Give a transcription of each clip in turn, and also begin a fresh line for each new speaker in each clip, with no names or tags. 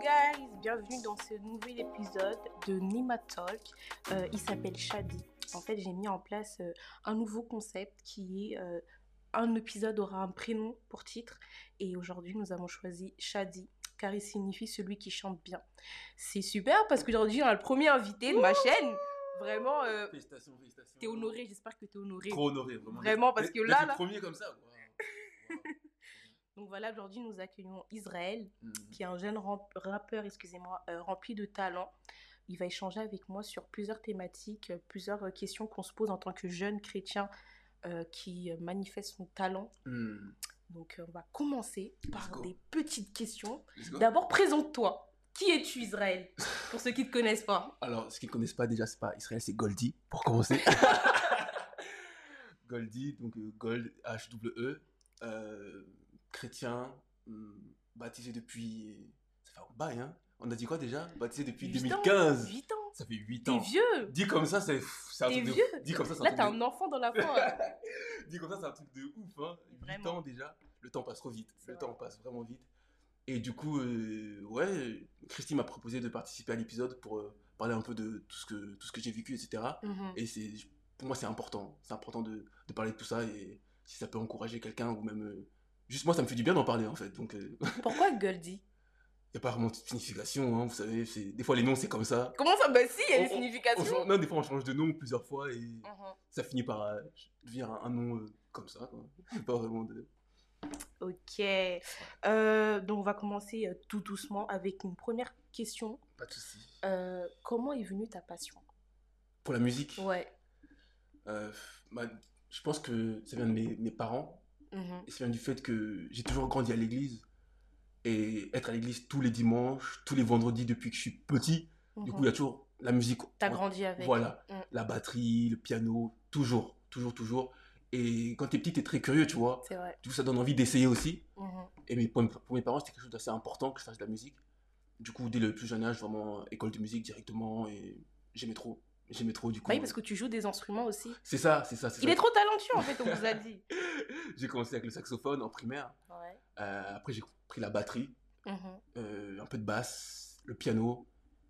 guys, bienvenue dans ce nouvel épisode de Nima Talk. Euh, il s'appelle Shadi. En fait, j'ai mis en place euh, un nouveau concept qui est euh, un épisode aura un prénom pour titre et aujourd'hui nous avons choisi Shadi car il signifie celui qui chante bien. C'est super parce qu'aujourd'hui on a le premier invité de ma chaîne. Vraiment, euh,
Félicitations, félicitations.
t'es honoré, j'espère que t'es honoré.
Trop honoré, vraiment.
Vraiment,
D'être-
parce que
d'être
là,
le
là-
premier comme ça. waouh, waouh.
Donc voilà, aujourd'hui nous accueillons Israël
Mhm.
qui est un jeune ram- rappeur, excusez-moi, euh, rempli de talent. Il va échanger avec moi sur plusieurs thématiques, euh, plusieurs euh, questions qu'on se pose en tant que jeune chrétien euh, qui euh, manifeste son talent.
Mhm.
Donc euh, on va commencer par
go.
des petites questions.
Let's go.
D'abord, présente-toi. Qui es-tu, Israël Pour ceux qui ne te connaissent pas.
Alors, ceux qui ne connaissent pas déjà, c'est pas Israël, c'est Goldie, pour commencer. Goldie, donc euh, Gold, H-W-E, euh, chrétien, hum, baptisé depuis. Ça fait un bail, hein. On a dit quoi déjà Baptisé depuis
Huit ans.
2015.
8 ans.
Ça fait 8
T'es
ans.
vieux.
Dit comme ça, c'est pff, c'est un
T'es
truc de
vieux.
fou. Dit comme ça, c'est
Là,
un
t'as
truc
un enfant dans la foi. hein.
de... Dit comme ça, c'est un truc de ouf, hein. 8
Vraiment.
ans déjà. Le temps passe trop vite.
C'est
Le
vrai.
temps passe vraiment vite. Et du coup, euh, ouais, Christy m'a proposé de participer à l'épisode pour euh, parler un peu de tout ce que, tout ce que j'ai vécu, etc.
Mhm.
Et c'est, pour moi, c'est important. C'est important de, de parler de tout ça et si ça peut encourager quelqu'un ou même. euh, juste moi, ça me fait du bien d'en parler en fait. Donc, il
Pourquoi Goldie
n'y a pas vraiment de signification, hein, vous savez. c'est- Des fois, les noms, c'est comme ça.
Comment ça Bah si, il y a des
On- on- On
significations.
change- non, des fois, on change de nom plusieurs fois et
Mhm.
ça finit par euh, devenir un, un nom euh, comme ça. quoi. C'est Pas vraiment de.
Ok. Euh, donc, on va commencer euh, tout doucement avec une première question.
Pas de soucis.
Euh, comment est venue ta passion
Pour la musique,
Ouais.
euh, bah, je pense que ça vient de mes, mes parents.
Mhm,
Et ça vient du fait que j'ai toujours grandi à l'église. Et être à l'église tous les dimanches, tous les vendredis depuis que je suis petit.
mhm.
Du coup, il y a toujours la musique.
T'as
en-
grandi avec.
Voilà.
Mm.
La batterie, le piano, toujours, toujours, toujours. Et quand t'es petit, t'es très curieux, tu vois.
C'est vrai.
Du coup, ça donne envie d'essayer aussi.
Mhm.
Et mes, pour, mes- pour mes parents, c'était quelque chose d'assez important que je fasse de la musique. Du coup, dès le plus jeune âge, vraiment, école de musique directement. Et j'aimais trop. J'aimais trop, du coup.
Bah oui, parce que tu joues des instruments aussi.
C'est ça, c'est ça, c'est
Il
ça.
est trop talentueux en fait, on vous a dit.
J'ai commencé avec le saxophone en primaire.
Ouais.
Euh, après, j'ai pris la batterie,
Mhm.
euh, un peu de basse, le piano.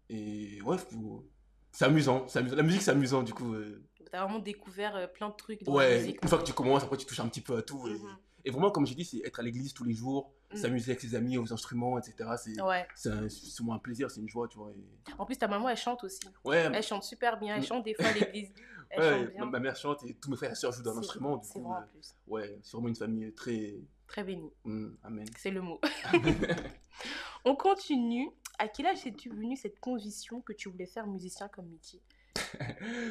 Et ouais, faut- c'est amusant, c'est amusant. La musique, c'est amusant, du coup. euh,
T'as vraiment découvert euh, plein de trucs dans la
Ouais,
musique.
une fois que tu commences, après, tu touches un petit peu à tout. Et,
Mhm.
et vraiment, comme j'ai dit, c'est être à l'église tous les jours,
Mm.
s'amuser avec ses amis, aux instruments, etc. C'est
Ouais.
c'est un- c'est souvent un plaisir, c'est une joie, tu vois. et-
En plus, ta maman, elle chante aussi.
Ouais,
Elle chante super bien. Elle
Mm.
chante des fois à l'église. Elle
ouais,
chante
ma,
bien.
ma mère chante et tous mes frères et sœurs jouent d'un
C'est-
instrument. Du
C'est
coup,
vrai en
euh,
plus.
ouais, c'est vraiment une famille très.
Très bénie.
Mm, amen.
C'est le mot. On continue. À quel âge es-tu venu cette conviction que tu voulais faire musicien comme métier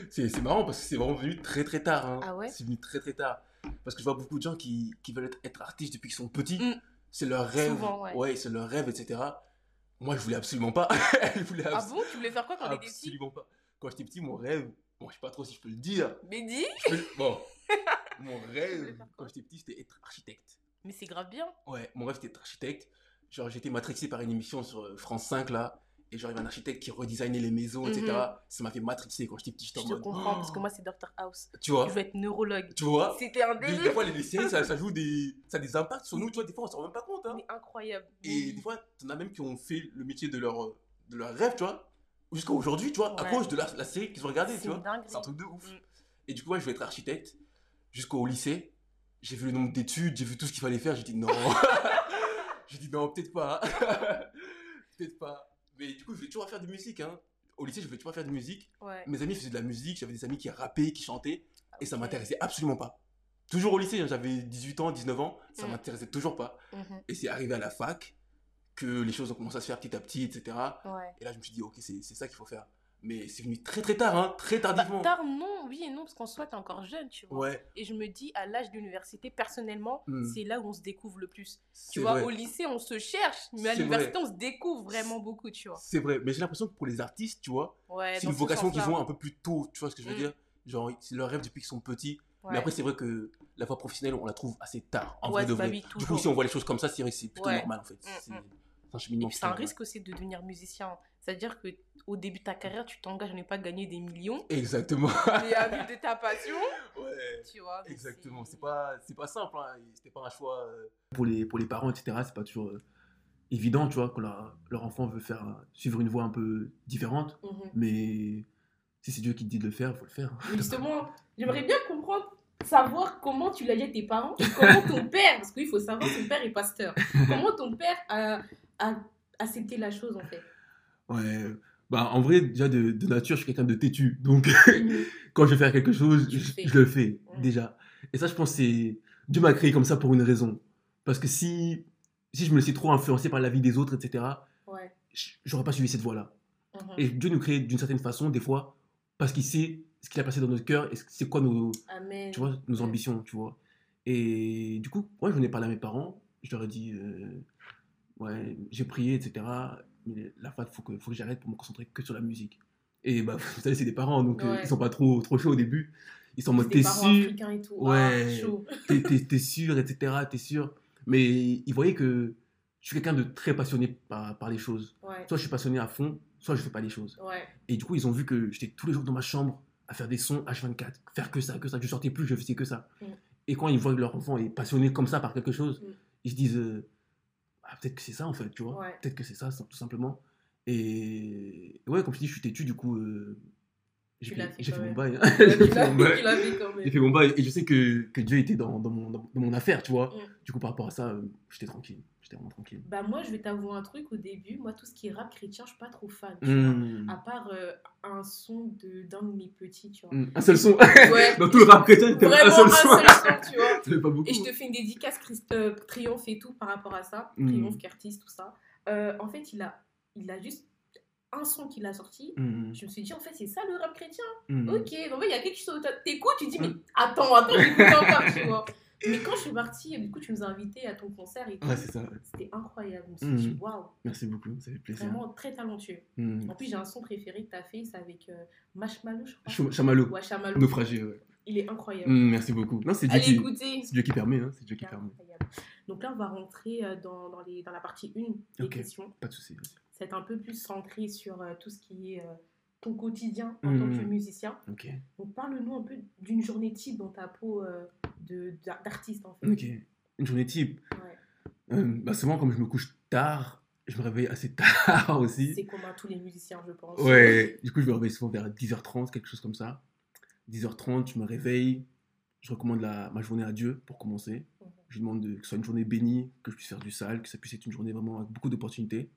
C'est c'est marrant parce que c'est vraiment venu très très tard. hein.
Ah ouais
C'est venu très très tard. Parce que je vois beaucoup de gens qui, qui veulent être, être artistes depuis qu'ils sont petits.
Mm.
C'est leur rêve.
Souvent, ouais.
c'est leur rêve, etc. Moi, je voulais absolument pas. je voulais
Ah
abs-
bon Tu voulais faire quoi quand t'étais petit
absolument pas. Quand j'étais petit, mon rêve, bon, je sais pas trop si je peux le dire.
Mais dis
Je peux le- Bon, mon
voulais
rêve,
faire
quand j'étais petit, c'était être architecte.
Mais c'est grave bien.
Ouais, mon rêve, c'était d'être architecte. Genre, j'étais matrixé par une émission sur euh, France 5 là. Et genre, il y avait un architecte qui redesignait les maisons, etc.
Mhm.
Ça m'avait matrixé quand j'étais petit.
Je
j'étais en
te
mode,
comprends parce que
oh,
moi c'est Dr House.
Tu vois
Je veux être neurologue.
Tu vois
C'était un
des, des
délire.
fois, les lycéens, ça, ça joue des, ça a des impacts sur nous, tu vois. Des fois, on s'en rend même pas compte. hein.
Mais incroyable.
Et des fois, t'en as même qui ont fait le métier de leur, de leur rêve, tu vois. Jusqu'à aujourd'hui, tu vois, à
Ouais.
cause de la, la série qu'ils ont regardée,
c'est
tu vois.
une dinguerie.
C'est un truc de ouf.
Mm.
Et du coup, ouais, je vais être architecte jusqu'au lycée. J'ai vu le nombre d'études, j'ai vu tout ce qu'il fallait faire. J'ai dit non. j'ai dit non, peut-être pas. hein. peut-être pas. Mais du coup, je vais toujours faire de musique. Hein. Au lycée, je vais toujours faire de musique.
Ouais.
Mes amis faisaient de la musique, j'avais des amis qui rappaient, qui chantaient. Et ça
Ah, Ok.
m'intéressait absolument pas. Toujours au lycée, hein, j'avais 18 ans, 19 ans, ça
Mm.
m'intéressait toujours pas.
Mhm.
Et c'est arrivé à la fac que les choses ont commencé à se faire petit à petit, etc.
Ouais.
Et là, je me suis dit, ok, c'est c'est ça qu'il faut faire. Mais c'est venu très très tard, hein, très
Bah,
tardivement.
tard, non, oui et non, parce qu'en soi, t'es encore jeune, tu vois.
ouais,
Et je me dis, à l'âge d'université, personnellement,
Mm.
c'est là où on se découvre le plus.
c'est
Tu vois,
vrai.
au lycée, on se cherche, mais à
C'est
l'université, on se découvre vraiment beaucoup, tu vois.
C'est vrai, mais j'ai l'impression que pour les artistes, tu vois,
Ouais,
c'est
dans
une
ce
vocation qu'ils
sens-là.
ont un peu plus tôt, tu vois ce que je veux
Mm.
dire Genre, c'est leur rêve depuis qu'ils sont petits.
Ouais.
Mais après, c'est vrai que la voie professionnelle, on la trouve assez tard, en
Ouais,
vrai de
bah
vrai.
oui,
du coup,
toujours.
si on voit les choses comme ça, c'est vrai que c'est plutôt
Ouais.
normal, en fait.
Mm,
C'est
mm.
c'est un cheminement.
Et puis c'est un
plutôt normal.
risque aussi de devenir musicien. C'est-à-dire que au début de ta carrière, tu t'engages à ne pas gagner des millions,
Exactement.
mais à vivre de ta passion,
Ouais.
tu vois. mais
Exactement, c'est pas, c'est pas simple, hein. c'était pas un choix. Pour les, pour les parents, etc., c'est pas toujours euh, évident, tu vois, que leur, leur enfant veut faire euh, suivre une voie un peu différente,
Mhm.
mais si c'est Dieu qui te dit de le faire, il faut le faire.
Mais Justement, j'aimerais bien comprendre, savoir comment tu l'as dit à tes parents, comment ton père, parce qu'il faut savoir son père est pasteur, comment ton père a, a accepté la chose en fait.
Ouais. Bah, en vrai, déjà de, de nature, je suis quelqu'un de têtu. Donc, quand je vais faire quelque chose,
Tu le
je,
fais.
je le fais,
Ouais.
déjà. Et ça, je pense, que c'est. Dieu m'a créé comme ça pour une raison. Parce que si, si je me laissais trop influencer par la vie des autres, etc.,
Ouais.
j- j'aurais pas suivi cette voie-là.
Mhm.
Et Dieu nous crée d'une certaine façon, des fois, parce qu'il sait ce qu'il a passé dans notre cœur et ce- c'est quoi nos,
Amen.
tu vois, nos
Ouais.
ambitions, tu vois. Et du coup, moi, je venais parler à mes parents, je leur ai dit, euh, ouais, j'ai prié, etc. Mais la fac, faut que, faut que j'arrête pour me concentrer que sur la musique. Et bah, vous savez, c'est des parents, donc euh,
Ouais.
ils sont pas trop, trop chauds au début. Ils sont en
Parce
mode,
que tes
t'es
parents
sûr,
africains et tout.
Ouais.
Ah, chaud.
t'es, t'es- t'es sûr, etc., t'es sûr. Mais ils voyaient que je suis quelqu'un de très passionné par, par les choses.
Ouais.
Soit je suis passionné à fond, soit je fais pas les choses.
Ouais.
Et du coup, ils ont vu que j'étais tous les jours dans ma chambre à faire des sons H24, faire que ça, que ça. Je sortais plus, je faisais que ça.
Mm.
Et quand ils voient que leur enfant est passionné comme ça par quelque chose,
Mm.
ils se disent euh, Ah, peut-être que c'est ça en fait, tu vois.
Ouais.
Peut-être que c'est ça, ça, tout simplement. Et et ouais, comme je dis, je suis têtu, du coup, euh, j'ai
Tu l'as
fait,
fait
j'ai
quand
fait mon
même.
bail.
Tu
J'ai fait
l'as-
mon
tu
bail.
l'as fait quand même.
J'ai fait mon bail. Et je sais que, que Dieu était dans, dans mon, dans- dans mon affaire, tu vois.
Mm.
Du coup, par rapport à ça, euh, j'étais tranquille. J'étais vraiment tranquille.
Bah moi, je vais t'avouer un truc au début. Moi, tout ce qui est rap chrétien, je suis pas trop fan. tu vois.
Mm.
À part euh, un son de d'un de mes petits, tu vois.
Mm. Un seul son.
Ouais.
dans tout le rap chrétien, t'avais
Vraiment
un seul son.
tu vois.
T'avais pas beaucoup.
Et je te fais une dédicace Christ- euh, Triomphe et tout par rapport à ça.
Mm.
Triomphe, Curtis, tout ça. Euh, en fait, il a, il a juste un son qu'il a sorti.
Mm.
Je me suis dit, en fait, c'est ça le rap chrétien.
Mm.
Ok, donc ouais, il y a quelque chose. t'as- T'écoutes, tu dis, mais
Mm.
attends, attends, j'écoute encore, tu vois. Mais quand je suis partie, du coup, tu nous as invités à ton concert et tout.
Ouais, c'est ça. Hmm. ouais.
C'était incroyable. Je me suis dit, waouh,
Merci beaucoup, ça fait plaisir.
vraiment très talentueux.
Mm.
En plus, j'ai un son préféré que t'as fait, c'est avec euh, Marshmallow, je crois.
Chou- Chamallow,
Ouais, Chamallow.
naufragé, ouais.
Il est incroyable.
Mm, merci beaucoup. Non, c'est Dieu,
Allez
qui...
écouter.
c'est Dieu qui permet, hein, c'est Dieu qui permet.
Incroyable. Donc là, on va rentrer euh, dans, dans les, dans la partie 1 des
Ok.
questions.
Pas de soucis. vas-y.
C'est un peu plus centré sur euh, tout ce qui est euh, ton quotidien en tant que
Mhm.
musicien.
Ok.
Donc parle-nous un peu d'une journée type dans ta peau euh, de- d'a- d'artiste en fait.
Ok. Une journée type.
Ouais.
Euh, bah, souvent, comme je me couche tard, je me réveille assez tard aussi.
C'est commun à tous les musiciens, je pense.
Ouais. Du coup, je me réveille souvent vers 10h30, quelque chose comme ça. 10h30, je me réveille. Je recommande la... ma journée à Dieu pour commencer.
Mhm.
Je lui demande de- que ce soit une journée bénie, que je puisse faire du sale, que ça puisse être une journée vraiment avec beaucoup d'opportunités.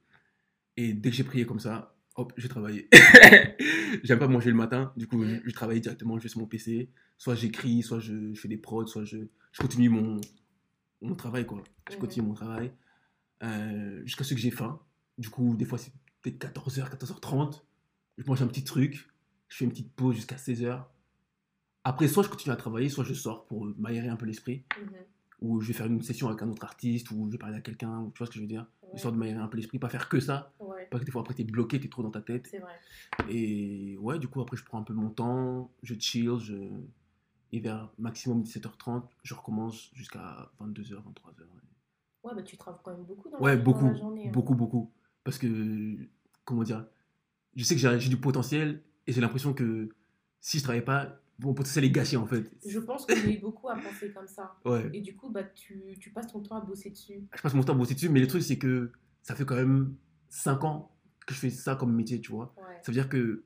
Et dès que j'ai prié comme ça, hop, j'ai travaillé. J'aime pas manger le matin, du coup, je, je travaille directement, je vais sur mon PC. Soit j'écris, soit je, je fais des prods, soit je, je continue mon, mon travail, quoi. Je
Mhm.
continue mon travail euh, jusqu'à ce que j'ai faim. Du coup, des fois, c'est peut-être 14h, 14h30. Je mange un petit truc, je fais une petite pause jusqu'à 16h. Après, soit je continue à travailler, soit je sors pour euh, m'aérer un peu l'esprit
Mhm.
ou je vais faire une session avec un autre artiste, ou je vais parler à quelqu'un, ou tu vois ce que je veux dire,
Ouais.
histoire de m'aérer un peu l'esprit, pas faire que ça,
Ouais,
parce que des fois après t'es bloqué, t'es trop dans ta tête.
c'est vrai.
Et ouais, du coup après je prends un peu mon temps, je chill, je... et vers maximum 17h30, je recommence jusqu'à 22h, 23h.
Ouais, bah tu travailles quand même beaucoup dans,
Ouais,
la,
beaucoup,
dans la journée. hein.
beaucoup, beaucoup. Parce que, comment dire, je sais que j'ai j'ai du potentiel, et j'ai l'impression que si je travaille pas, mon potentiel est gâché en fait.
Je pense qu'on est beaucoup à penser comme ça.
Ouais.
Et du coup, bah, tu, tu passes ton temps à bosser dessus.
je passe mon temps à bosser dessus, mais le truc, c'est que ça fait quand même 5 ans que je fais ça comme métier, tu vois.
Ouais.
Ça veut dire que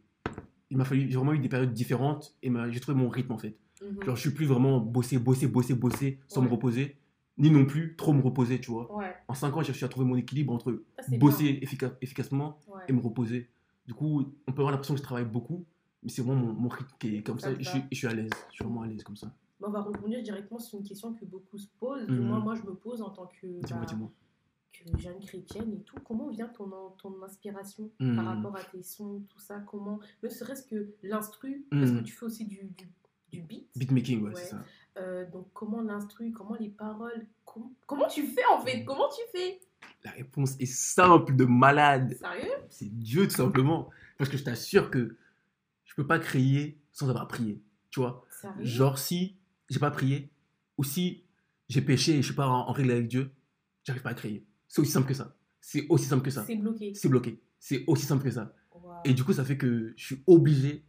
il m'a fallu, j'ai vraiment eu des périodes différentes et ma- j'ai trouvé mon rythme en fait.
Mhm.
Genre, je suis plus vraiment bossé, bossé, bossé, bossé sans me
Ouais.
reposer, ni non plus trop me reposer, tu vois.
Ouais,
En 5 ans, j'ai réussi à trouver mon équilibre entre
ça c'est
bosser effica- efficacement
bien. Ouais.
et me reposer. Du coup, on peut avoir l'impression que je travaille beaucoup, mais c'est vraiment mon, mon rythme qui est comme ça.
Comme
et Je,
ça.
suis- et je suis à l'aise, je suis vraiment à l'aise comme ça.
Bon, on va rebondir directement sur une question que beaucoup se posent.
Mhm.
Moi, moi, je me pose en tant que,
Dis-moi,
bah,
dis-moi.
que jeune chrétienne et tout. Comment vient ton, en- ton inspiration par
Mhm.
rapport à tes sons, tout ça Comment, ne serait-ce que l'instru, parce que
Mhm.
tu fais aussi du, du, du beat.
Beatmaking, ouais,
Ouais.
c'est ça.
Euh, donc, comment l'instru, comment les paroles, com- comment tu fais en
Mhm.
fait Comment tu fais
La réponse est simple de malade.
Sérieux
C'est Dieu tout simplement. Parce que je t'assure que je peux pas crier sans avoir prié. Tu vois
Sérieux
Genre si j'ai pas prié ou si j'ai péché et je suis pas en, en règle avec Dieu, j'arrive pas à crier. C'est aussi simple que ça. C'est aussi simple que ça.
C'est bloqué.
C'est bloqué. C'est aussi simple que ça.
Waouh.
Et du coup, ça fait que je suis obligé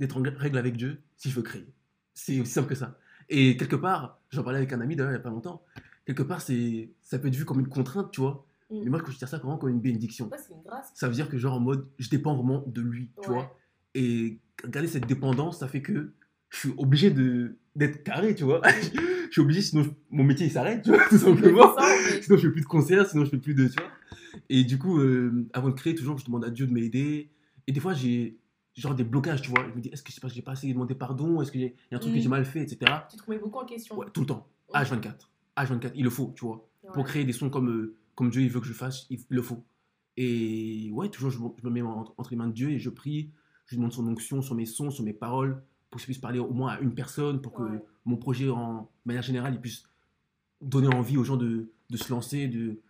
d'être en règle avec Dieu si je veux crier. C'est aussi simple que ça. Et quelque part, j'en parlais avec un ami d'ailleurs il y a pas longtemps. Quelque part, c'est ça peut être vu comme une contrainte, tu vois.
Mm.
Mais moi, quand je tire ça vraiment comme une bénédiction,
Ouais, c'est une grâce.
ça veut dire que, genre, en mode, je dépends vraiment de lui, tu
Ouais.
vois. Et regarder cette dépendance, ça fait que je suis obligé de d'être carré, tu vois. je suis obligé, sinon je- mon métier il s'arrête, tu vois, tout
Mais
simplement.
ça, en fait,
Sinon, je fais plus de concerts, sinon, je fais plus de. Tu vois et du coup, euh, avant de créer, toujours, je demande à Dieu de m'aider. Et des fois, j'ai genre des blocages, tu vois. Je me dis, est-ce que je sais pas, j'ai pas assez demandé pardon Est-ce qu'il y a il y a un truc que
Mm.
j'ai mal fait, etc.
Tu te remets beaucoup en question.
Ouais, tout ah, le temps. H24. H24, il le faut, tu vois.
Ouais.
Pour créer des sons comme, euh, comme Dieu il veut que je fasse, il le faut. Et ouais, toujours, je, me- je me mets en- entre les mains de Dieu et je prie. Je lui demande son onction sur mes sons, sur mes paroles, pour que je puisse parler au moins à une personne, pour que
Ouais.
mon projet, en manière générale, il puisse donner envie aux gens de, de se lancer, de,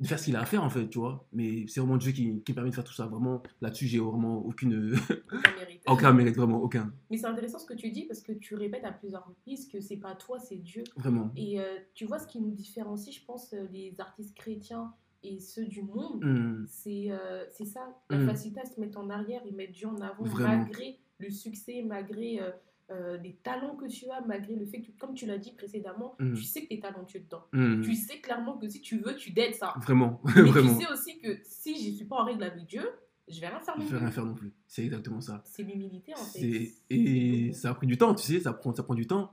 de faire ce qu'il a à faire, en fait, tu vois. Mais c'est vraiment Dieu qui, qui me permet de faire tout ça. Vraiment, là-dessus, j'ai vraiment aucune,
Ça mérite.
aucun mérite, vraiment, aucun.
Mais c'est intéressant ce que tu dis parce que tu répètes à plusieurs reprises que c'est pas toi, c'est Dieu.
Vraiment.
Et euh, tu vois ce qui nous différencie, je pense, euh, des artistes chrétiens et ceux du monde,
Hmm.
c'est euh, c'est ça, la
Mm.
facilité à se mettre en arrière et mettre Dieu en avant,
Vraiment.
malgré le succès, malgré euh, euh, les talents que tu as, malgré le fait que, comme tu l'as dit précédemment,
Mm.
tu sais que tu es talentueux dedans.
Hmm.
Tu sais clairement que si tu veux, tu dettes ça.
Vraiment,
Mais
vraiment.
tu sais aussi que si je suis pas en règle avec Dieu, je vais rien faire
Je
non
vais rien
plus.
faire non plus. C'est exactement ça.
C'est l'humilité en fait.
C'est-
C'est
Et
beaucoup.
ça a pris du temps, tu sais, ça prend, ça prend du temps.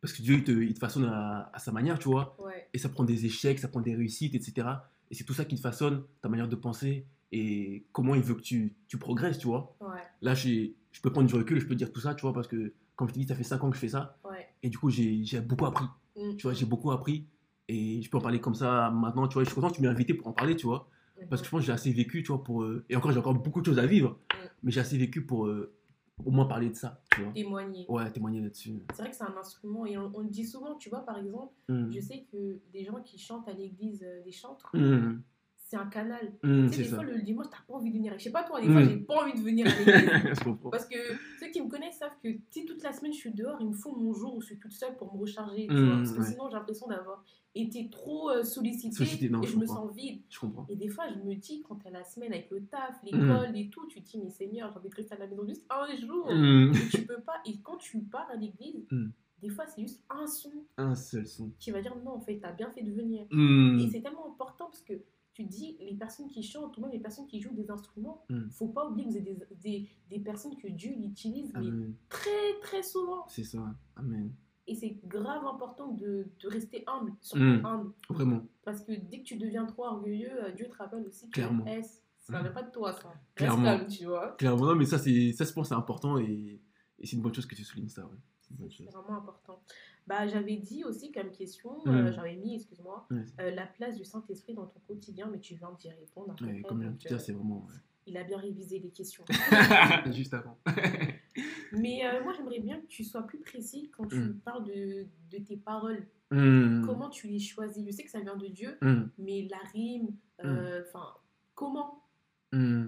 Parce que Dieu, il te, il te façonne à, à sa manière, tu vois.
Ouais.
Et ça prend des échecs, ça prend des réussites, etc. Et c'est tout ça qui te façonne, ta manière de penser et comment il veut que tu, tu progresses, tu vois.
Ouais,
Là, j'ai- je peux prendre du recul, je peux dire tout ça, tu vois, parce que, comme je te dis, ça fait 5 ans que je fais ça.
ouais.
Et du coup, j'ai j'ai beaucoup appris.
Mm.
Tu vois, j'ai beaucoup appris. Et je peux en parler comme ça maintenant, tu vois. Et je suis content que tu m'aies invité pour en parler, tu vois.
Mhm.
Parce que je pense que j'ai assez vécu, tu vois, pour. euh, et encore, j'ai encore beaucoup de choses à vivre,
Mm.
mais j'ai assez vécu pour euh, au moins parler de ça, tu vois.
témoigner.
Ouais, témoigner là-dessus.
C'est vrai que c'est un instrument et on, on le dit souvent, tu vois, par exemple,
Mm.
je sais que des gens qui chantent à l'église euh, des chantres,
Mm.
c'est un canal.
Mm,
tu sais,
c'est
des fois,
ça.
le dimanche, t'as pas envie de venir. Je sais pas toi, des
Mm.
fois, j'ai pas envie de venir à l'église.
Je comprends.
Parce que ceux qui me connaissent savent que si toute la semaine je suis dehors, il me faut mon jour où je suis toute seule pour me recharger. tu
Mm,
vois, parce que
ouais.
sinon, j'ai l'impression d'avoir été trop euh, sollicitée
Sollicitée, non,
et
je
je me
comprends.
sens vide.
Je comprends.
Et des fois, je me dis, quand t'as la semaine avec le taf,
Mmh.
l'école et tout, tu te dis, mais Seigneur, j'ai envie de rester à la maison juste un jour.
Mm.
Et tu peux pas. Et quand tu pars à l'église,
Mm.
des fois, c'est juste un son
Un seul son.
qui va dire non, en fait, t'as bien fait de venir.
Mm.
Et c'est tellement important parce que tu dis, les personnes qui chantent ou même les personnes qui jouent des instruments,
Mm.
faut pas oublier que vous êtes des, des, des personnes que Dieu il utilise mais
Amen.
très très souvent.
C'est ça. Amen.
Et c'est grave important de, de rester humble, surtout
Mm.
humble.
Vraiment.
Parce que dès que tu deviens trop orgueilleux, euh, Dieu te rappelle aussi que
Clairement.
eh, ça
Mm.
vient pas de toi, ça. Reste
Clairement.
humble, tu vois.
Clairement, non, mais ça, c'est, ça, je pense, c'est important et, et c'est une bonne chose que tu soulignes ça, ouais. C'est une bonne
C'est
chose.
vraiment important. Bah, j'avais dit aussi comme question,
Mm.
euh, j'avais mis, excuse-moi,
Ouais.
euh, la place du Saint-Esprit dans ton quotidien, mais tu viens d'y répondre. à peu
Ouais,
près,
comme je viens de
donc,
te dire,
euh,
c'est vraiment.
il a bien révisé les questions.
ouais. Juste avant.
mais euh, moi, j'aimerais bien que tu sois plus précis quand tu
Mm.
parles de, de tes paroles.
Mm.
Comment tu les choisis Je sais que ça vient de Dieu,
Mm.
mais la rime, euh, enfin, comment
Hmm.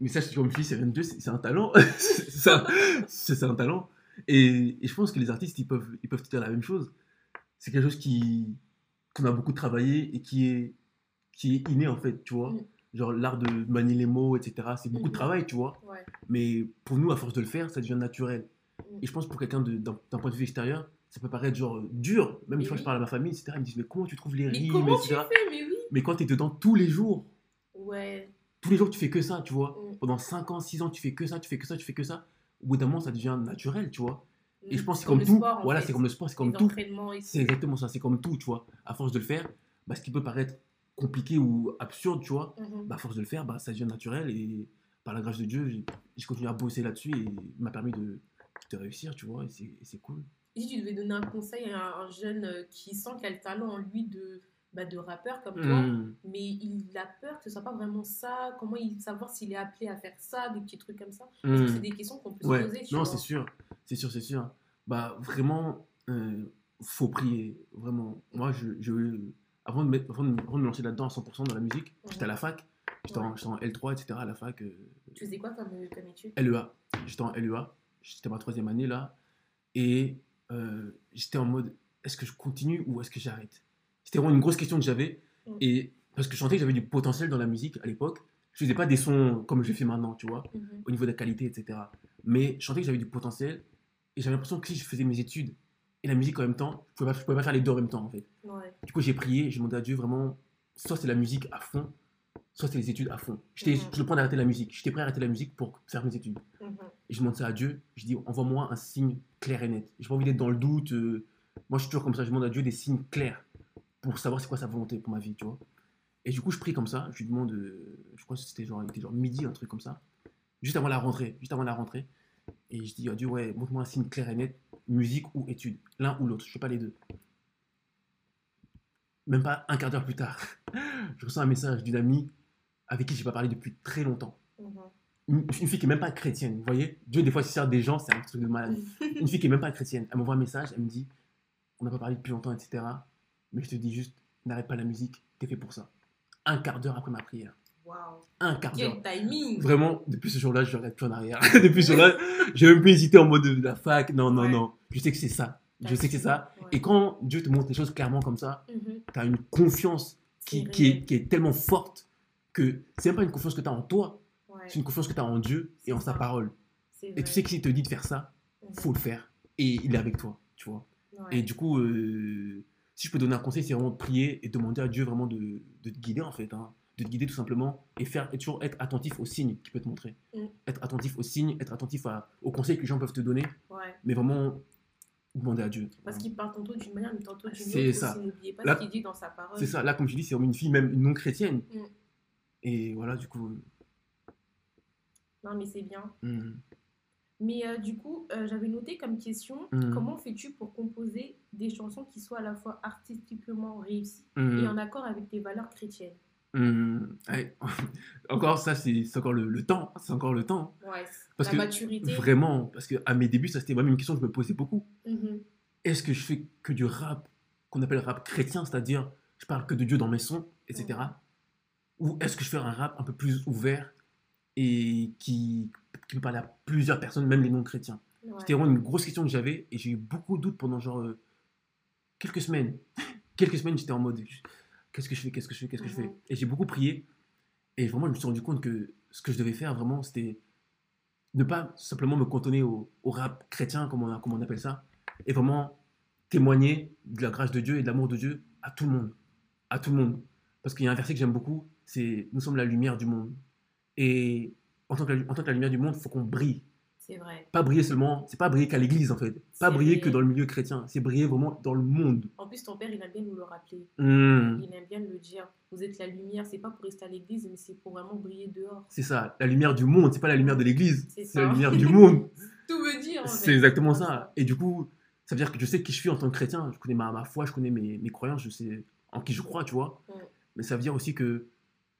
Mais ça, je- comme je dis, c'est 22, c'est c'est un talent. c'est ça. C'est c'est un talent. Et, et je pense que les artistes, ils peuvent, ils peuvent te dire la même chose. C'est quelque chose qui qu'on a beaucoup travaillé et qui est, qui est inné, en fait, tu vois.
Mm.
Genre l'art de manier les mots, etc. C'est beaucoup de
Mhm.
travail, tu vois.
Ouais.
Mais pour nous, à force de le faire, ça devient naturel.
Mm.
Et je pense pour quelqu'un de- d'un d'un point de vue extérieur, ça peut paraître genre euh, dur. Même
Mais
une fois,
oui.
je parle à ma famille, etc. Ils me disent, mais comment tu trouves les
Mmh. Mais
rimes,
comment tu
etc.
fais Mais oui
Mais quand tu es dedans tous les jours,
Ouais,
tous les jours tu fais que ça, tu vois.
Mm.
Pendant 5 ans, 6 ans, tu fais que ça, tu fais que ça, tu fais que ça. Au bout d'un moment, ça devient naturel, tu vois. Et je pense que c'est comme
Mm. le
tout.
sport, en
voilà,
fait.
c'est comme le sport, c'est comme
Les
tout.
entraînements et tout.
C'est exactement ça, c'est comme tout, tu vois. À force de le faire, bah, ce qui peut paraître compliqué ou absurde, tu vois,
Mhm.
bah, à force de le faire, bah, ça devient naturel. Et par la grâce de Dieu, j'ai- j'ai continué à bosser là-dessus et il m'a permis de, de réussir, tu vois. Et c'est et c'est cool.
Si tu devais donner un conseil à un jeune euh, qui sent qu'il a le talent en lui de, bah, de rappeur comme toi,
Mm.
mais il a peur que ce soit pas vraiment ça, comment il savoir s'il est appelé à faire ça, des petits trucs comme ça. Parce que
Mm.
c'est des questions qu'on peut
Ouais,
se poser. tu
non,
vois.
c'est sûr, c'est sûr, c'est sûr. Bah, vraiment, euh, faut prier, vraiment. Moi, je, je- avant, de mettre, avant, de, avant de me lancer là-dedans à 100% dans la musique, j'étais à la fac, j'étais en,
Ouais.
j'étais en L3, etc., à la fac, euh,
Tu faisais quoi comme, comme étude
LEA. J'étais en LEA, j'étais ma troisième année là, et euh, j'étais en mode, est-ce que je continue ou est-ce que j'arrête C'était vraiment une grosse question que j'avais,
Mm.
et parce que je sentais que j'avais du potentiel dans la musique à l'époque, je faisais pas des sons comme je fais maintenant, tu vois
Mhm.
au niveau de la qualité, etc. Mais je sentais que j'avais du potentiel et j'avais l'impression que si je faisais mes études et la musique en même temps, je pouvais pas, je pouvais pas faire les deux en même temps en fait.
Ouais.
Du coup, j'ai prié, j'ai demandé à Dieu vraiment, soit c'est la musique à fond, soit c'est les études à fond. J'étais,
Mhm.
Je le point d'arrêter la musique. J'étais prêt à arrêter la musique pour faire mes études.
Mhm.
Et je demande ça à Dieu. Je dis, envoie-moi un signe clair et net. J'ai pas envie d'être dans le doute. euh, Moi, je suis toujours comme ça. Je demande à Dieu des signes clairs pour savoir c'est quoi sa volonté pour ma vie, tu vois. Et du coup, je prie comme ça. Je lui demande, euh, je crois que c'était genre, il était genre midi, un truc comme ça. Juste avant la rentrée. Juste avant la rentrée. Et je dis à Dieu, ouais, montre-moi un signe clair et net, musique ou études. L'un ou l'autre. Je fais pas les deux. Même pas un quart d'heure plus tard, je reçois un message d'une amie avec qui j'ai pas parlé depuis très longtemps
Mhm.
une une fille qui est même pas chrétienne, vous voyez Dieu, des fois, il se sert des gens, c'est un truc de malade. Une fille qui est même pas chrétienne, elle m'envoie un message, elle me dit On n'a pas parlé depuis longtemps, etc. Mais je te dis juste N'arrête pas la musique, t'es fait pour ça. Un quart d'heure après ma prière.
Waouh.
Un quart d'heure.
Quel timing.
Vraiment, depuis ce jour-là, je regarde plus en arrière. depuis ce jour-là, j'ai même plus hésité en mode de la fac. Non, non,
Ouais.
non. Je sais que c'est ça. Je sais que c'est ça.
Ouais.
Et quand Dieu te montre les choses clairement comme ça,
Mhm.
tu as une confiance qui,
C'est
qui
réel.
est, qui est tellement forte que c'est même pas une confiance que tu as en toi,
Ouais.
c'est une confiance que tu as en Dieu et en
C'est
sa
ça.
parole.
C'est
Et
vrai.
tu sais que s'il te dit de faire ça, faut le faire. Et il est avec toi, tu vois.
Ouais.
Et du coup, euh, si je peux donner un conseil, c'est vraiment de prier et de demander à Dieu vraiment de, de te guider, en fait. hein. De te guider tout simplement et, faire, et toujours être attentif aux signes qu'il peut te montrer.
Mm.
Être attentif aux signes, être attentif à- aux conseils que les gens peuvent te donner,
Ouais.
mais vraiment demander à Dieu.
Parce qu'il parle tantôt d'une manière, mais tantôt d'une autre.
C'est ça.
aussi, N'oubliez pas
Là-
ce qu'il dit dans sa parole.
C'est ça, là, comme je dis, c'est une fille même non chrétienne.
Mm.
Et voilà, du coup.
Non, mais c'est bien.
mm,
Mais euh, du coup, euh, j'avais noté comme question
Mhm.
comment fais-tu pour composer des chansons qui soient à la fois artistiquement réussies
mm.
et en accord avec tes valeurs chrétiennes
Hum, ouais. encore ça, c'est c'est encore le, le temps. C'est encore le temps.
Ouais,
Parce
la
que
maturité.
Vraiment, parce que à mes débuts, ça c'était même une question que je me posais beaucoup.
Mhm.
Est-ce que je fais que du rap qu'on appelle rap chrétien, c'est-à-dire je parle que de Dieu dans mes sons, etc. Ou est-ce que je fais un rap un peu plus ouvert et qui, qui peut parler à plusieurs personnes, même les non-chrétiens
Ouais.
C'était vraiment une grosse question que j'avais et j'ai eu beaucoup de doutes pendant genre euh, quelques semaines. quelques semaines, j'étais en mode je- qu'est-ce que je fais, qu'est-ce que je fais, qu'est-ce que je fais.
Mhm.
Et j'ai beaucoup prié et vraiment je me suis rendu compte que ce que je devais faire vraiment c'était ne pas simplement me cantonner au, au rap chrétien, comme on, comme on appelle ça, et vraiment témoigner de la grâce de Dieu et de l'amour de Dieu à tout le monde. À tout le monde. Parce qu'il y a un verset que j'aime beaucoup, c'est Nous sommes la lumière du monde. Et en tant que la, en tant que la lumière du monde, il faut qu'on brille
C'est vrai.
pas briller seulement, c'est pas briller qu'à l'église en fait, pas
C'est
briller
vrai.
que dans le milieu chrétien, c'est briller vraiment dans le monde.
En plus, ton père, il aime bien nous le rappeler.
Hmm,
Il aime bien le dire. Vous êtes la lumière. C'est pas pour rester à l'église, mais c'est pour vraiment briller dehors.
C'est ça, la lumière du monde, c'est pas la lumière de l'église,
C'est
c'est la
ça.
lumière du monde.
Tout veut dire. en fait.
C'est exactement ça. Et du coup, ça veut dire que je sais qui je suis en tant que chrétien, je connais ma, ma foi, je connais mes, mes croyances, je sais en qui je crois, tu vois.
Ouais.
Mais ça veut dire aussi que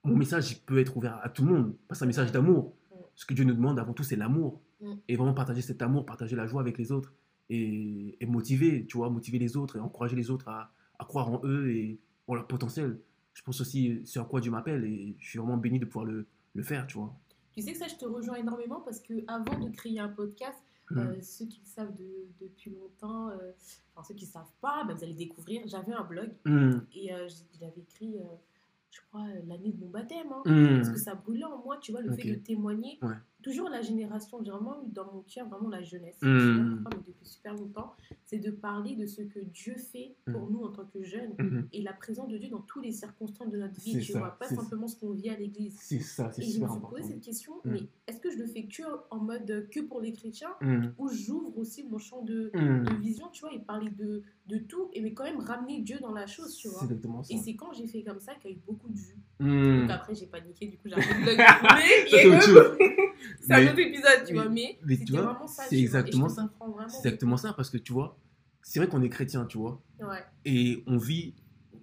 mon message il peut être ouvert à tout le monde, parce un message d'amour.
Ouais.
Ce que Dieu nous demande avant tout, c'est l'amour.
Ouais.
Et vraiment partager cet amour, partager la joie avec les autres et, et motiver, tu vois, motiver les autres et encourager les autres à, à croire en eux et en leur potentiel. Je pense aussi euh, c'est à quoi Dieu m'appelle et je suis vraiment béni de pouvoir le, le faire, tu vois.
Tu sais que ça, je te rejoins énormément parce que avant de créer un podcast,
Mhm.
euh, ceux qui le savent de- depuis longtemps, euh, enfin ceux qui ne savent pas, ben, vous allez découvrir, j'avais un blog
Hum,
et euh, j- j'avais écrit, euh, je crois, euh, l'année de mon baptême. hein.
hum,
Parce que ça brûlait en moi, tu vois, le fait
Ok.
de témoigner.
Ouais.
Toujours la génération, j'ai vraiment eu dans mon cœur, vraiment la jeunesse.
Mhm.
Je sais pas pourquoi, mais depuis super longtemps, c'est de parler de ce que Dieu fait
Mm.
pour nous en tant que jeunes
hum.
et la présence de Dieu dans toutes les circonstances de notre vie,
C'est
tu
ça,
vois, pas
c'est ça.
simplement ce qu'on vit à l'église.
C'est ça, c'est
Et je me
super
suis
important.
posé cette question,
Mm.
mais est-ce que je le fais que en mode euh, que pour les chrétiens
Hum,
ou j'ouvre aussi mon champ de,
hum.
de vision, tu vois, et parler de, de tout, et mais quand même ramener Dieu dans la chose, tu vois.
C'est exactement ça.
Et c'est quand j'ai fait comme ça qu'il y a eu beaucoup de vues.
Hmm.
Donc après, j'ai paniqué, du coup, j'ai arrêté de le mais il y a eu- c'est
Ça, c'est autre chose.
un
Mais-
autre épisode, tu
mais-
vois, mais,
mais tu
c'était
vois,
vraiment ça.
c'est
tu vois, et je te
exactement ça.
comprends vraiment.
C'est exactement ça, parce que tu vois, c'est vrai qu'on est chrétien, tu vois,
Ouais,
et on vit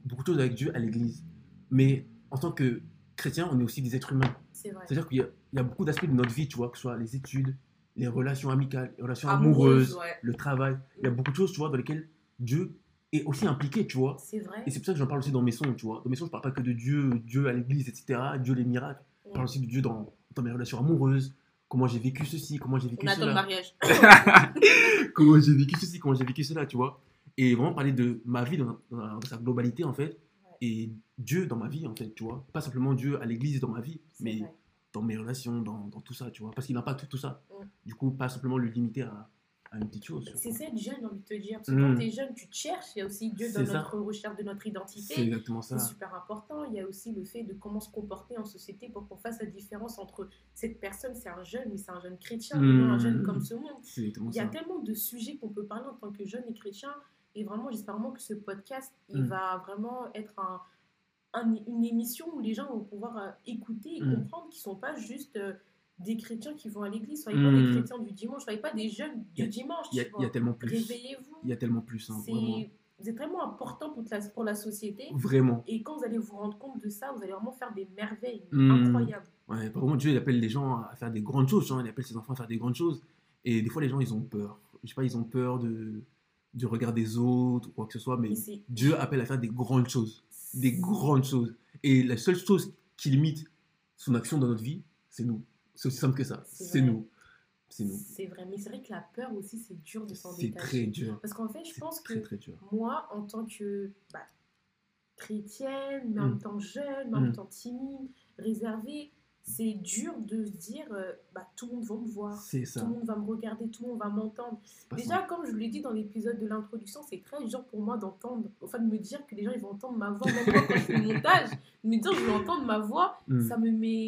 beaucoup de choses avec Dieu à l'église. Mais en tant que chrétien, on est aussi des êtres humains.
c'est vrai.
C'est-à-dire qu'il y, a- il y a beaucoup d'aspects de notre vie, tu vois, que ce soit les études, les relations amicales, les relations amoureuses,
Amoureuse, ouais.
le travail. Il y a beaucoup de choses, tu vois, dans lesquelles Dieu est aussi impliqué, tu vois.
C'est vrai.
Et c'est pour ça que j'en parle aussi dans mes sons, tu vois. Dans mes sons, je parle pas que de Dieu, Dieu à l'église, etc., Dieu les miracles. Je parle aussi de Dieu dans, dans mes relations amoureuses, comment j'ai vécu ceci, comment j'ai vécu
On attend le
cela.
mariage.
comment j'ai vécu ceci, comment j'ai vécu cela, tu vois. Et vraiment parler de ma vie dans, dans- dans sa globalité, en fait. Et Dieu dans ma vie, en fait, tu vois. Pas simplement Dieu à l'église dans ma vie,
C'est
mais
vrai.
dans mes relations, dans, dans tout ça, tu vois. Parce qu'il n'a pas tout, tout ça.
Ouais.
Du coup, pas simplement le limiter à, à une petite chose.
Mm. C'est ça être jeune, j'ai envie de te dire. Parce que quand
Mm.
t'es jeune, tu te cherches. Il y a aussi Dieu dans
C'est ça.
notre recherche de notre
C'est
identité.
exactement ça.
C'est super important. Il y a aussi le fait de comment se comporter en société pour qu'on fasse la différence entre cette personne, c'est un jeune, mais c'est un jeune chrétien,
Mm.
mais non un jeune comme ce monde.
C'est exactement
Il y a
ça.
tellement de sujets qu'on peut parler en tant que jeune et chrétien. Et vraiment, j'espère vraiment que ce podcast, il
Mm.
va vraiment être un, un- une émission où les gens vont pouvoir euh, écouter et
Mm.
comprendre qu'ils ne sont pas juste euh, des chrétiens qui vont à l'église, soyez pas des
Mm.
chrétiens du dimanche, soyez pas des jeunes
Il y a-
du dimanche.
Il y a,
tu
il y a
vois.
tellement plus.
Réveillez-vous.
Il y a tellement plus. hein,
C'est
vraiment.
vous êtes vraiment important pour la, pour la société.
Vraiment.
Et quand vous allez vous rendre compte de ça, vous allez vraiment faire des merveilles
Mm.
incroyables.
Ouais, par contre, Dieu, il appelle les gens à faire des grandes choses. genre, il appelle ses enfants à faire des grandes choses. Et des fois, les gens, ils ont peur. Je sais pas, ils ont peur de, du regard des autres ou quoi que ce soit. Mais
Et c'est-
Dieu appelle à faire des grandes choses. Des grandes choses. Et la seule chose qui limite son action dans notre vie, c'est nous. C'est aussi simple que ça.
C'est
C'est
vrai.
nous. C'est nous.
C'est vrai, mais c'est vrai que la peur aussi, c'est dur de s'en
C'est
détacher.
très dur.
Parce qu'en fait, je
C'est
pense que
très, très dur.
moi, en tant que bah, chrétienne, mais en
Mm.
même temps jeune, mais en même
Mm.
temps timide, réservée, c'est dur de se dire euh, bah, tout le monde va me voir,
C'est
tout
ça.
le monde va me regarder, tout le monde va m'entendre.
C'est pas
Déjà, comme je vous l'ai dit dans l'épisode de l'introduction, c'est très dur pour moi d'entendre, enfin de me dire que les gens ils vont entendre ma voix, même moi, quand je fais le montage, de me dire je vais entendre ma voix,
simple. Mm.
ça me met.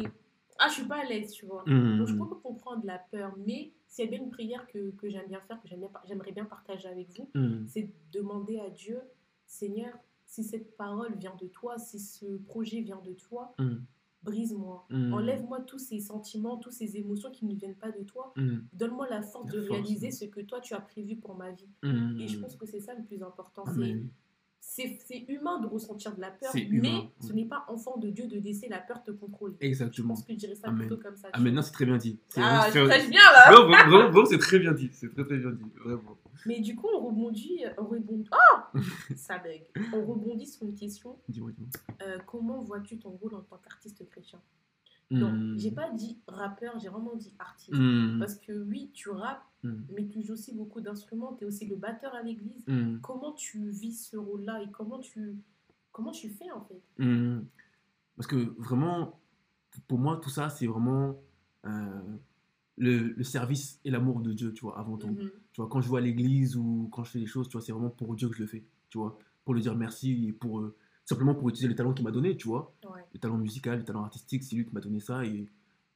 Ah, je suis pas à l'aise, tu vois.
Mm.
Donc, je peux comprendre la peur, mais s'il y a bien une prière que, que j'aime bien faire, que j'aime bien par- j'aimerais bien partager avec vous,
Mm.
c'est de demander à Dieu, Seigneur, si cette parole vient de toi, si ce projet vient de toi,
Mm.
brise-moi.
Mm.
Enlève-moi tous ces sentiments, toutes ces émotions qui ne viennent pas de toi.
Mm.
Donne-moi la force
La
de
force,
réaliser
oui.
ce que toi tu as prévu pour ma vie.
Mm.
Et je pense que c'est ça le plus important. C'est-
Amen.
C'est c'est humain de ressentir de la peur,
C'est
mais
humain,
ce
oui.
n'est pas enfant de Dieu de laisser la peur te contrôler. Je
Exactement.
pense que je dirais ça
Amen.
plutôt comme ça.
Ah, maintenant, c'est très bien dit. C'est
Ah,
vraiment
je
très-
prêche bien là
Non, vra- vraiment, vraiment, c'est très bien dit. C'est très très bien dit. Vraiment.
Mais du coup, on rebondit, on rebondit. Ah Ça bug. On rebondit sur une question.
Dis-moi, dis-moi.
Euh, comment vois-tu ton rôle en tant qu'artiste chrétien
Hmm.
Non, j'ai pas dit rappeur, j'ai vraiment dit artiste.
Mm.
Parce que oui, tu rappes,
Mm.
mais tu joues aussi beaucoup d'instruments, tu es aussi le batteur à l'église.
Mm.
Comment tu vis ce rôle-là et comment tu, comment tu fais en fait
Mm. Parce que vraiment, pour moi, tout ça, c'est vraiment euh, le, le service et l'amour de Dieu, tu vois, avant tout.
Mhm.
Tu vois, quand je vois à l'église ou quand je fais des choses, tu vois, c'est vraiment pour Dieu que je le fais, tu vois, pour lui dire merci et pour euh, simplement pour utiliser le talent qu'il m'a donné, tu vois.
Ouais.
le talent musical, le talent artistique, c'est lui qui m'a donné ça et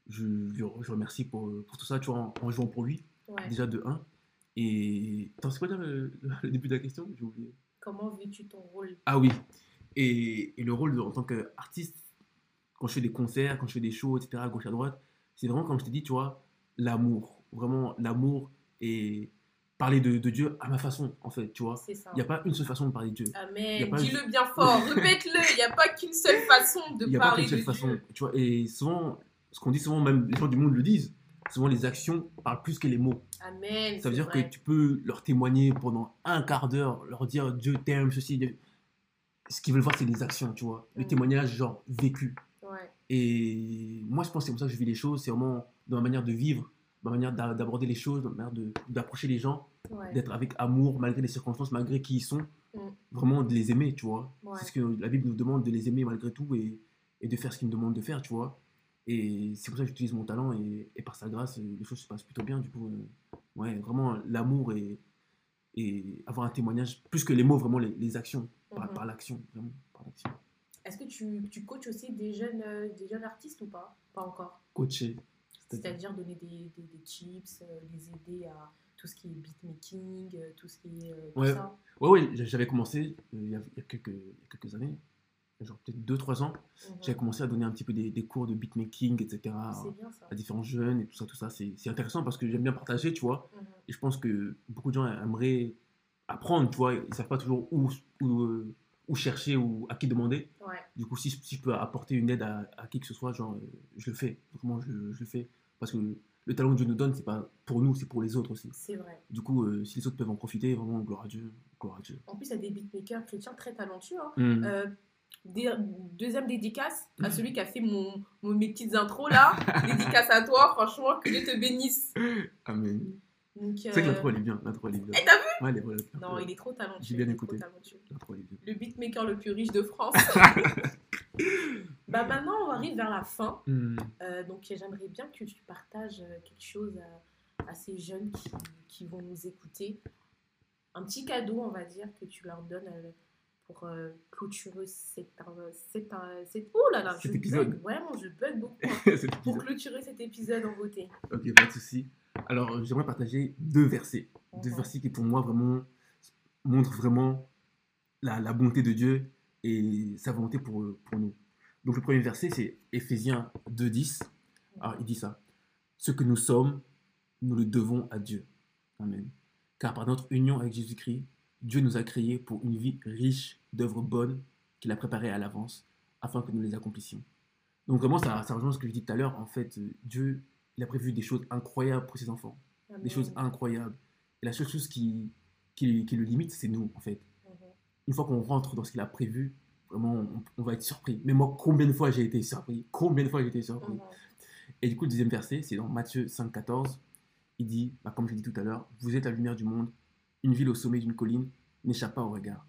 je lui re- je le remercie pour, euh, pour tout ça, tu vois, en, en jouant pour lui,
ouais.
déjà de 1. Et. Attends, c'est quoi déjà le, le début de la question J'ai oublié.
Comment vis-tu ton rôle
Ah oui, et, et le rôle de- en tant qu'artiste, quand je fais des concerts, quand je fais des shows, etc., à gauche, à droite, c'est vraiment, comme je t'ai dit, tu vois, l'amour, vraiment l'amour et parler de, de Dieu à ma façon, en fait, tu vois.
C'est ça.
Il n'y Ah, a pas une seule façon de parler de Dieu. y a
Amen.
pas-
Dis-le bien fort, répète-le. Il n'y a pas qu'une seule façon de
Il n'y a pas
parler
qu'une seule
de
façon.
Dieu.
Tu vois, et souvent, ce qu'on dit souvent, même les gens du monde le disent, souvent les actions parlent plus que les mots.
Amen.
Ça veut
c'est
dire
vrai.
que tu peux leur témoigner pendant un quart d'heure, leur dire Dieu t'aime, ceci. Dieu- Ce qu'ils veulent voir, c'est les actions, tu vois. Le
Mm.
témoignage, genre, vécu.
Ouais.
Et moi, je pense que c'est comme ça que je vis les choses. C'est vraiment dans ma manière de vivre, ma manière d'a- d'aborder les choses, ma manière de- d'approcher les gens,
Ouais.
d'être avec amour, malgré les circonstances, malgré qui ils sont.
Mm.
Vraiment de les aimer, tu vois.
Ouais.
C'est ce que la Bible nous demande de les aimer malgré tout et, et de faire ce qu'il nous demande de faire, tu vois. Et c'est pour ça que j'utilise mon talent et, et par sa grâce, euh, les choses se passent plutôt bien. Du coup, euh, ouais, vraiment l'amour et, et avoir un témoignage, plus que les mots, vraiment les, les actions, par,
Mhm.
par l'action, vraiment, par l'action.
Est-ce que tu, tu coaches aussi des jeunes, euh, des jeunes artistes ou pas Pas encore.
Coacher. C'est-à-dire
C'est-à-dire donner des, des, des tips, euh, les aider à tout ce qui est beatmaking, euh, tout ce qui est euh, tout
Ouais.
ça.
Ouais, ouais, j'a- j'avais commencé euh, il y a, il y a quelques, il y a quelques années, genre peut-être 2-3 ans,
Mhm.
j'avais commencé à donner un petit peu des, des cours de beatmaking, etc.
C'est bien ça.
à différents jeunes et tout ça, tout ça. C'est c'est intéressant parce que j'aime bien partager, tu vois.
Mhm.
Et je pense que beaucoup de gens aimeraient apprendre, tu vois. Ils savent pas toujours où, où, euh, où chercher ou à qui demander.
Ouais.
Du coup, si, je- si je peux apporter une aide à, à qui que ce soit, genre, euh, je le fais. Vraiment, je, je le fais. Parce que le talent que Dieu nous donne, c'est pas pour nous, c'est pour les autres aussi.
C'est vrai.
Du coup, euh, si les autres peuvent en profiter, vraiment, gloire à Dieu. Gloire à Dieu.
En plus, il y a des beatmakers chrétiens très talentueux. hein.
Mm.
Euh, dé- deuxième dédicace à celui qui a fait mon, mon- mes petites intros là. dédicace à toi, franchement, que Dieu te bénisse.
Amen.
Donc,
C'est vrai euh, que
euh,
l'intro, elle est bien. L'intro, elle est bien.
Eh, t'as vu
Ouais, elle est vraie, l'intro.
Non, il est trop talentueux.
J'ai bien
il est trop
écouté.
talentueux.
L'intro, elle est bien.
Le beatmaker le plus riche de France. bah maintenant, on arrive vers la fin.
Mm.
Euh, donc j'aimerais bien que tu partages euh, quelque chose à, à ces jeunes qui, qui vont nous écouter un petit cadeau, on va dire, que tu leur donnes euh, pour euh, clôturer cet, euh, cet, euh, cet- Oh là là,
Cet
je
épisode.
bug, vraiment, je bug beaucoup. hein.
Cet
pour
épisode.
clôturer cet épisode en beauté.
Ok, pas de souci. Alors, euh, j'aimerais partager deux versets. Deux
Mhm.
versets qui, pour moi, vraiment montrent vraiment la, la bonté de Dieu et sa volonté pour, euh, pour nous. Donc, le premier verset, c'est Éphésiens 2.10. Alors, il dit ça. Ce que nous sommes, nous le devons à Dieu. Amen. Car par notre union avec Jésus-Christ, Dieu nous a créés pour une vie riche d'œuvres bonnes qu'il a préparées à l'avance afin que nous les accomplissions. Donc vraiment, ça, ça rejoint ce que je dis tout à l'heure. En fait, euh, Dieu, il a prévu des choses incroyables pour ses enfants. Des choses incroyables. Et la seule chose qui, qui, qui le limite, c'est nous, en fait. Une fois qu'on rentre dans ce qu'il a prévu, vraiment, on, on va être surpris. Mais moi, combien de fois j'ai été surpris Combien de fois j'ai été surpris et du coup, le deuxième verset, c'est dans Matthieu 5, 14. Il dit, bah, comme je l'ai dit tout à l'heure, vous êtes la lumière du monde. Une ville au sommet d'une colline n'échappe pas au regard.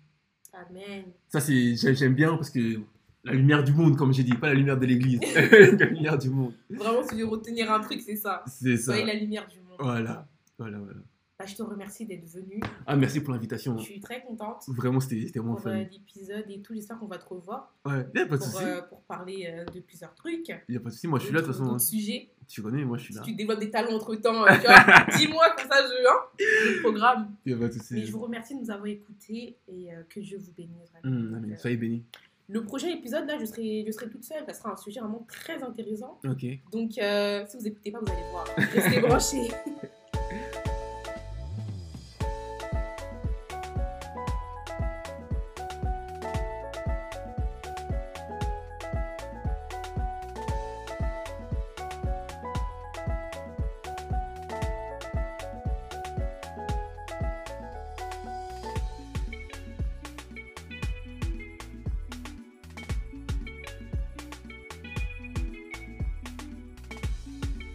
Amen.
Ça, c'est, j'ai- j'aime bien parce que la lumière du monde, comme j'ai dit, pas la lumière de l'église. la lumière du monde.
Vraiment, si je veux retenir un truc, c'est ça.
C'est ça.
Soyez la lumière du monde.
Voilà. Voilà, voilà.
Bah, je te remercie d'être venu.
Ah, merci pour l'invitation.
Je suis très contente
Vraiment, c'était, c'était vraiment
pour euh,
fun.
l'épisode et tout. J'espère qu'on va te revoir
Ouais, y a pas
pour,
de souci.
euh, pour parler euh, de plusieurs trucs.
Y a pas de souci. Moi, je suis là, de toute façon.
D'autres sujets.
Tu connais, moi, je suis
Si
là.
tu développes des talents entre temps, tu vois, dis-moi comme ça, je hein, le programme.
Y a pas de
Mais
souci.
je vous remercie de nous avoir écoutés et euh, que Dieu vous bénisse. vraiment. euh,
Hum, amen. Soyez bénis.
Le prochain épisode, là, je serai, je serai toute seule. Ça sera un sujet vraiment très intéressant.
Ok.
Donc, euh, si vous n'écoutez pas, vous allez voir. hein. Restez branchés.